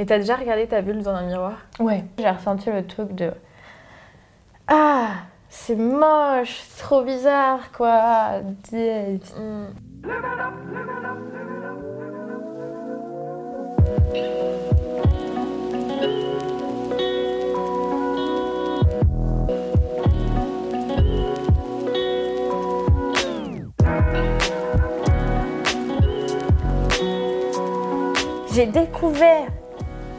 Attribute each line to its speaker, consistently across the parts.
Speaker 1: Et t'as déjà regardé ta vulve dans un miroir
Speaker 2: Ouais.
Speaker 1: J'ai ressenti le truc de. Ah, c'est moche, c'est trop bizarre, quoi. Dis- J'ai découvert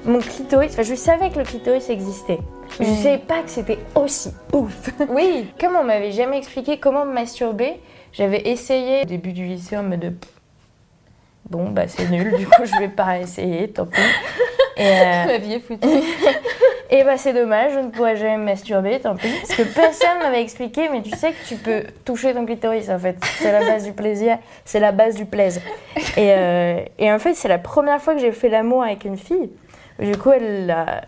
Speaker 1: mon clitoris. Enfin, je savais que le clitoris existait. Je
Speaker 2: Mm.
Speaker 1: savais pas que c'était aussi ouf.
Speaker 2: Oui.
Speaker 1: Comme on m'avait jamais expliqué comment me masturber, j'avais essayé au début du lycée en mode de, pff, bon bah c'est nul, du coup je vais pas essayer, tant pis. Et, euh,
Speaker 2: Ma vie est foutue.
Speaker 1: et bah c'est dommage, je ne pourrai jamais me masturber, tant pis. Parce que personne m'avait expliqué, mais tu sais que tu peux toucher ton clitoris en fait. C'est la base du plaisir, c'est la base du plaisir. Et, euh, et en fait c'est la première fois que j'ai fait l'amour avec une fille. Du coup, elle l'a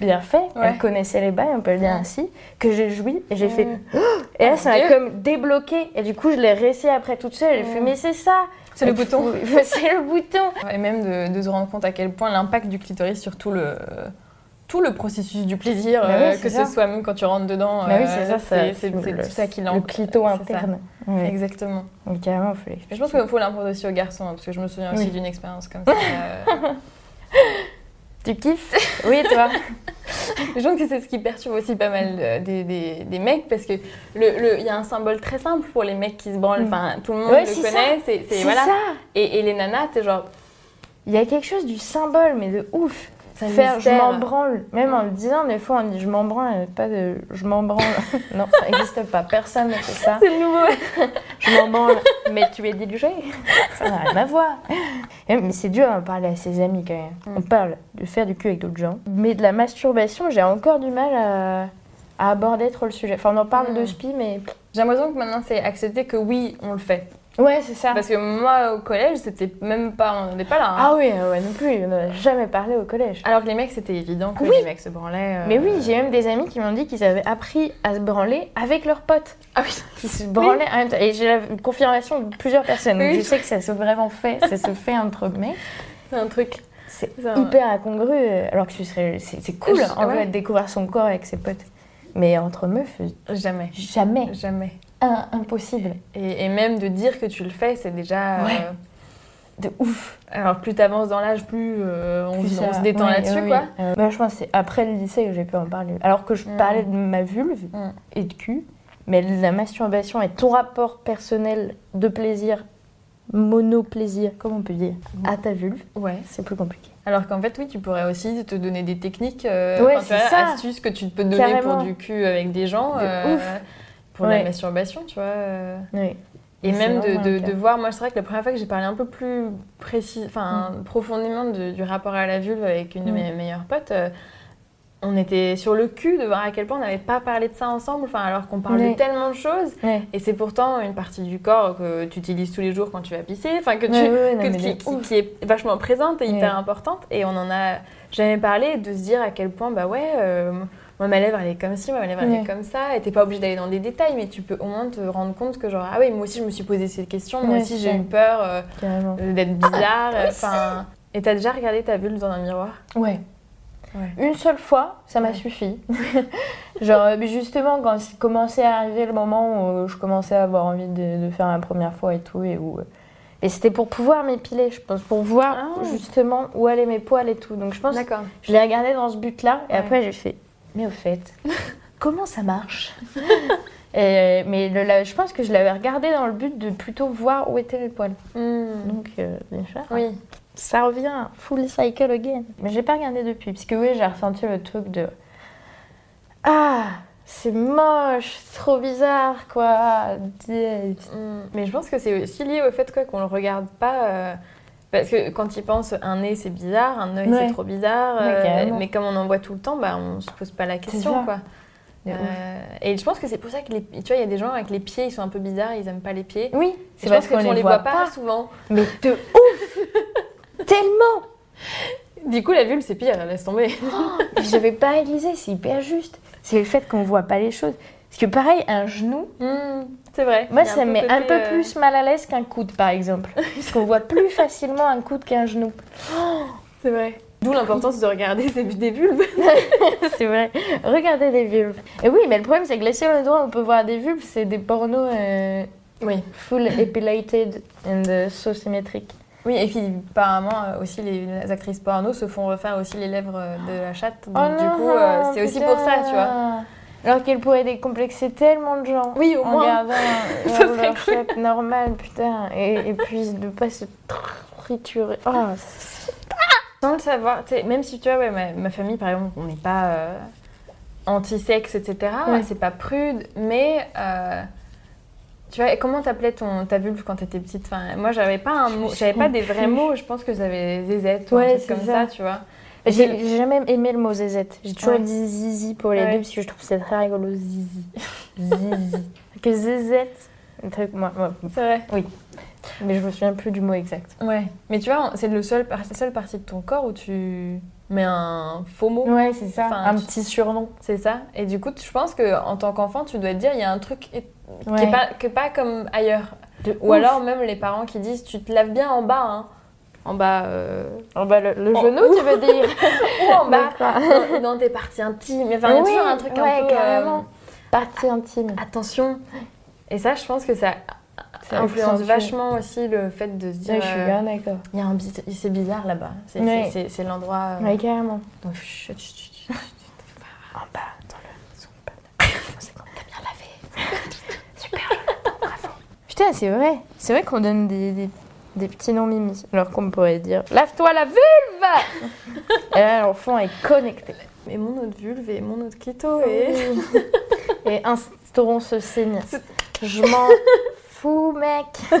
Speaker 1: bien fait,
Speaker 2: Ouais. Mm.
Speaker 1: elle connaissait les bails, on peut le dire ainsi, que j'ai joui et j'ai fait et là, ça
Speaker 2: Mon
Speaker 1: m'a
Speaker 2: Dieu. Mm.
Speaker 1: comme débloqué. Et du coup, je l'ai réessayé après toute seule. J'ai fait, mais c'est ça
Speaker 2: C'est le
Speaker 1: Et
Speaker 2: bouton.
Speaker 1: puis, C'est le bouton
Speaker 2: Et même de, de se rendre compte à quel point l'impact du clitoris sur tout le, tout le processus du plaisir,
Speaker 1: Bah oui,
Speaker 2: euh,
Speaker 1: c'est
Speaker 2: que
Speaker 1: ça.
Speaker 2: ce soit même quand tu rentres dedans,
Speaker 1: Bah oui,
Speaker 2: euh,
Speaker 1: c'est ça, ça-
Speaker 2: c'est- c'est c'est
Speaker 1: le-
Speaker 2: tout ça qui
Speaker 1: Le
Speaker 2: l'empêche.
Speaker 1: clito interne. Oui,
Speaker 2: Exactement.
Speaker 1: Donc, carrément, faut l'expliquer.
Speaker 2: Mais je pense qu'il faut l'imposer aussi aux garçons, hein, parce que je me souviens aussi
Speaker 1: Oui.
Speaker 2: d'une expérience comme ça. euh,
Speaker 1: Tu kiffes Oui, toi
Speaker 2: Je pense que c'est ce qui perturbe aussi pas mal euh, des, des- des mecs parce que le- le- il y a un symbole très simple pour les mecs qui se branlent. Enfin, tout le monde
Speaker 1: Mm. Ouais,
Speaker 2: le
Speaker 1: c'est
Speaker 2: connaît. C'est c'est-
Speaker 1: C'est
Speaker 2: voilà.
Speaker 1: ça
Speaker 2: Et, et les nanas, t'es genre
Speaker 1: Il y a quelque chose du symbole, mais de ouf
Speaker 2: ça
Speaker 1: Faire je
Speaker 2: mystère.
Speaker 1: m'en branle. Même en le disant, des fois, on dit je m'en branle, pas de je m'en branle. non, ça n'existe pas. Personne ne fait ça.
Speaker 2: C'est le nouveau.
Speaker 1: Je m'en branle, mais tu es DJ. Ça n'a rien à voir. Et- Mais c'est dur à parler à ses amis quand même.
Speaker 2: Mm.
Speaker 1: On parle de faire du cul avec d'autres gens. Mais de la masturbation, j'ai encore du mal à, à aborder trop le sujet. Enfin, on en parle
Speaker 2: Mm.
Speaker 1: de spi, mais.
Speaker 2: J'ai l'impression que maintenant c'est accepté que oui, on le fait.
Speaker 1: Ouais, c'est ça.
Speaker 2: Parce que moi au collège, c'était même pas, on n'est pas là. hein.
Speaker 1: Ah oui, euh, ouais, non plus, on n'en a jamais parlé au collège.
Speaker 2: Alors que les mecs, c'était évident que
Speaker 1: Oui.
Speaker 2: les mecs se branlaient. euh,
Speaker 1: Mais oui, j'ai même des amis qui m'ont dit qu'ils avaient appris à se branler avec leurs potes.
Speaker 2: Ah oui.
Speaker 1: Qui se branlaient en même temps. Et j'ai la confirmation de plusieurs personnes. Donc
Speaker 2: Oui.
Speaker 1: Je sais que ça se vraiment fait, ça se fait entre mecs.
Speaker 2: C'est un truc.
Speaker 1: C'est
Speaker 2: Ça-
Speaker 1: hyper incongru, euh, alors que ce serait, c'est, c'est cool
Speaker 2: Je-
Speaker 1: en
Speaker 2: ouais.
Speaker 1: vrai de découvrir son corps avec ses potes. Mais entre meufs, euh,
Speaker 2: Jamais.
Speaker 1: jamais.
Speaker 2: Jamais.
Speaker 1: Un- impossible.
Speaker 2: Et, et même de dire que tu le fais, c'est déjà.
Speaker 1: Ouais.
Speaker 2: euh,
Speaker 1: De ouf.
Speaker 2: Alors plus t'avances dans l'âge, plus euh, on,
Speaker 1: Plus
Speaker 2: on
Speaker 1: ça-
Speaker 2: se détend
Speaker 1: ouais,
Speaker 2: là-dessus,
Speaker 1: ouais,
Speaker 2: quoi.
Speaker 1: ouais. Euh, moi, je pense que c'est après le lycée que j'ai pu en parler. Alors que je
Speaker 2: Mm.
Speaker 1: parlais de ma vulve
Speaker 2: Mm.
Speaker 1: et de cul, mais la masturbation et ton rapport personnel de plaisir, monoplaisir, comme on peut dire, à ta vulve,
Speaker 2: Ouais.
Speaker 1: c'est plus compliqué.
Speaker 2: Alors qu'en fait, oui, tu pourrais aussi te donner des techniques, euh,
Speaker 1: Ouais,
Speaker 2: enfin, tu
Speaker 1: c'est
Speaker 2: vois,
Speaker 1: ça.
Speaker 2: astuces que tu peux te donner
Speaker 1: Carrément.
Speaker 2: pour du cul avec des gens, euh,
Speaker 1: De ouf.
Speaker 2: pour
Speaker 1: Ouais.
Speaker 2: la masturbation, tu vois. euh.
Speaker 1: Oui.
Speaker 2: Et
Speaker 1: Mais c'est
Speaker 2: même
Speaker 1: vraiment
Speaker 2: de, de-
Speaker 1: le cas.
Speaker 2: de voir, moi, c'est vrai que la première fois que j'ai parlé un peu plus précis, enfin, profondément de- du rapport à la vulve avec une de
Speaker 1: Mm.
Speaker 2: mes meilleures potes. euh, on était sur le cul de voir à quel point on n'avait pas parlé de ça ensemble, enfin, alors qu'on parle
Speaker 1: Ouais.
Speaker 2: de tellement de choses.
Speaker 1: Ouais.
Speaker 2: Et c'est pourtant une partie du corps que tu utilises tous les jours quand tu vas pisser, enfin que tu,
Speaker 1: Ouais, ouais, non,
Speaker 2: que-
Speaker 1: mais
Speaker 2: qui,
Speaker 1: de
Speaker 2: qui-
Speaker 1: ouf.
Speaker 2: qui est vachement présente et
Speaker 1: Ouais.
Speaker 2: hyper importante. Et on en a jamais parlé de se dire à quel point, bah ouais, euh, moi ma lèvre elle est comme ci, moi ma lèvre elle
Speaker 1: Ouais.
Speaker 2: est comme ça. Et t'es pas obligé d'aller dans des détails, mais tu peux au moins te rendre compte que genre, ah oui, moi aussi je me suis posé ces questions, moi
Speaker 1: Ouais,
Speaker 2: aussi
Speaker 1: c'est
Speaker 2: j'ai
Speaker 1: ça. Ah,
Speaker 2: eu peur euh,
Speaker 1: Carrément.
Speaker 2: euh, d'être bizarre. Enfin. Et t'as déjà regardé ta vulve dans un miroir
Speaker 1: Ouais.
Speaker 2: Ouais.
Speaker 1: Une seule fois, ça m'a
Speaker 2: Ouais.
Speaker 1: suffi. Genre, euh, justement, quand c- commençait à arriver le moment où euh, je commençais à avoir envie de, de faire ma première fois et tout, et où. euh, Et c'était pour pouvoir m'épiler, je pense, pour voir
Speaker 2: Ah.
Speaker 1: justement où allaient mes poils et tout. Donc je pense que
Speaker 2: D'accord.
Speaker 1: je l'ai regardé dans ce but-là, et
Speaker 2: Ouais.
Speaker 1: après j'ai fait, mais au fait, comment ça marche Et, euh, Mais le- la- je pense que je l'avais regardé dans le but de plutôt voir où étaient mes poils. Donc, euh, bien sûr.
Speaker 2: Mm. Oui.
Speaker 1: Ça revient, full cycle again. Mais j'ai pas regardé depuis, parce que oui, j'ai ressenti le truc de. Ah, c'est moche, c'est trop bizarre, quoi. Dis-
Speaker 2: Mm. Mais je pense que c'est aussi lié au fait quoi, qu'on le regarde pas. euh, Parce que quand ils pensent un nez c'est bizarre, un œil
Speaker 1: Ouais.
Speaker 2: c'est trop bizarre,
Speaker 1: Ouais,
Speaker 2: euh,
Speaker 1: carrément.
Speaker 2: mais comme on en voit tout le temps, bah, on se pose pas la question
Speaker 1: ça.
Speaker 2: quoi.
Speaker 1: De ouf.
Speaker 2: Euh, et je pense que c'est pour ça que les, tu vois, il y a des gens avec les pieds, ils sont un peu bizarres, ils aiment pas les pieds.
Speaker 1: Oui,
Speaker 2: Je
Speaker 1: c'est
Speaker 2: pense
Speaker 1: parce
Speaker 2: que
Speaker 1: qu'on
Speaker 2: tu- on
Speaker 1: les voit pas.
Speaker 2: souvent.
Speaker 1: Mais de ouf Tellement
Speaker 2: Du coup, la vulve c'est
Speaker 1: hein,
Speaker 2: pire, laisse tomber.
Speaker 1: Mais J'avais pas réalisé, c'est hyper juste. C'est le fait qu'on voit pas les choses. Parce que pareil, un genou,
Speaker 2: Hmm, c'est vrai.
Speaker 1: moi
Speaker 2: Il y a
Speaker 1: ça me met
Speaker 2: côté,
Speaker 1: un peu
Speaker 2: euh,
Speaker 1: plus mal à l'aise qu'un coude par exemple. Parce qu'on voit plus facilement un coude qu'un genou.
Speaker 2: C'est vrai. D'où l'importance de regarder ces des vulves.
Speaker 1: c'est vrai. Regardez des vulves. Et oui, mais le problème c'est que les seuls endroits où on peut voir des vulves, c'est des pornos euh,
Speaker 2: Oui.
Speaker 1: full epilated and euh, so symétriques.
Speaker 2: Oui, et puis apparemment euh, aussi les, les actrices porno se font refaire aussi les lèvres euh, de la chatte. Donc du coup, euh, c'est aussi pour ça, tu vois.
Speaker 1: Oh Alors qu'elle pourrait décomplexer tellement de gens.
Speaker 2: Oui, au
Speaker 1: En
Speaker 2: moins.
Speaker 1: gardant
Speaker 2: Ça
Speaker 1: leur,
Speaker 2: serait
Speaker 1: leur shape normale, putain, et, et puis de pas se triturer. Oh,
Speaker 2: Ah.
Speaker 1: c'est-
Speaker 2: Sans le savoir, tu sais, même si tu vois, ouais, ma, ma famille par exemple, on n'est pas euh, anti-sexe, etc.
Speaker 1: Ouais.
Speaker 2: C'est pas prude, mais euh, tu vois, et comment t'appelais ton ta vulve quand t'étais petite enfin, Moi, j'avais pas un mot,
Speaker 1: me
Speaker 2: j'avais pas
Speaker 1: souviens
Speaker 2: des vrais
Speaker 1: plus.
Speaker 2: mots. Je pense que j'avais zézette ou un
Speaker 1: Ouais,
Speaker 2: truc
Speaker 1: c'est
Speaker 2: comme ça.
Speaker 1: ça.
Speaker 2: tu vois.
Speaker 1: j'ai j'ai jamais aimé le mot zézette. J'ai toujours
Speaker 2: Ouais.
Speaker 1: dit zizi pour les
Speaker 2: Ah. Ouais.
Speaker 1: deux parce que je trouve ça très rigolo. Zizi. zizi. Que zézette. Un truc, moi, moi,
Speaker 2: C'est vrai.
Speaker 1: mais je me souviens plus du mot exact.
Speaker 2: Ouais. Mais tu vois, c'est le seul, la seule partie de ton corps où tu mets un faux mot.
Speaker 1: Ouais, c'est ça.
Speaker 2: Enfin,
Speaker 1: un
Speaker 2: tu-
Speaker 1: petit surnom.
Speaker 2: C'est ça. Et du coup, tu- je pense que en tant qu'enfant, tu dois te dire, il y a un truc et- qui
Speaker 1: Ouais.
Speaker 2: est pas, que pas comme ailleurs.
Speaker 1: De
Speaker 2: Ou
Speaker 1: ouf.
Speaker 2: alors même les parents qui disent, tu te laves bien en bas, hein. En bas, euh,
Speaker 1: Oh, bah, le, le
Speaker 2: Oh.
Speaker 1: genou, tu veux dire
Speaker 2: ou en bas,
Speaker 1: D'accord.
Speaker 2: dans, dans tes parties intimes. Enfin, il y a
Speaker 1: Oui,
Speaker 2: toujours un truc
Speaker 1: ouais,
Speaker 2: un peu.
Speaker 1: carrément.
Speaker 2: euh,
Speaker 1: Partie intime.
Speaker 2: attention. Et ça, je pense que ça,
Speaker 1: Ça
Speaker 2: influence
Speaker 1: accentue.
Speaker 2: vachement aussi le fait de se dire,
Speaker 1: Ouais, je suis
Speaker 2: euh,
Speaker 1: bien d'accord.
Speaker 2: il y a un bi- c'est bizarre là-bas. C'est
Speaker 1: Ouais.
Speaker 2: c'est- c'est- c'est l'endroit. euh,
Speaker 1: Ouais, carrément.
Speaker 2: donc, chut, chut, chut, chut.
Speaker 1: En bas, dans le C'est bon, t'as bien lavé. Super, Putain, c'est vrai. C'est vrai qu'on donne des, des, des petits noms mimi. Alors qu'on pourrait dire Lave-toi la vulve Et là, l'enfant est connecté.
Speaker 2: Et mon autre vulve et mon autre clito
Speaker 1: Ah
Speaker 2: et...
Speaker 1: Et instaurons ce signe. Je m'en fous, mec.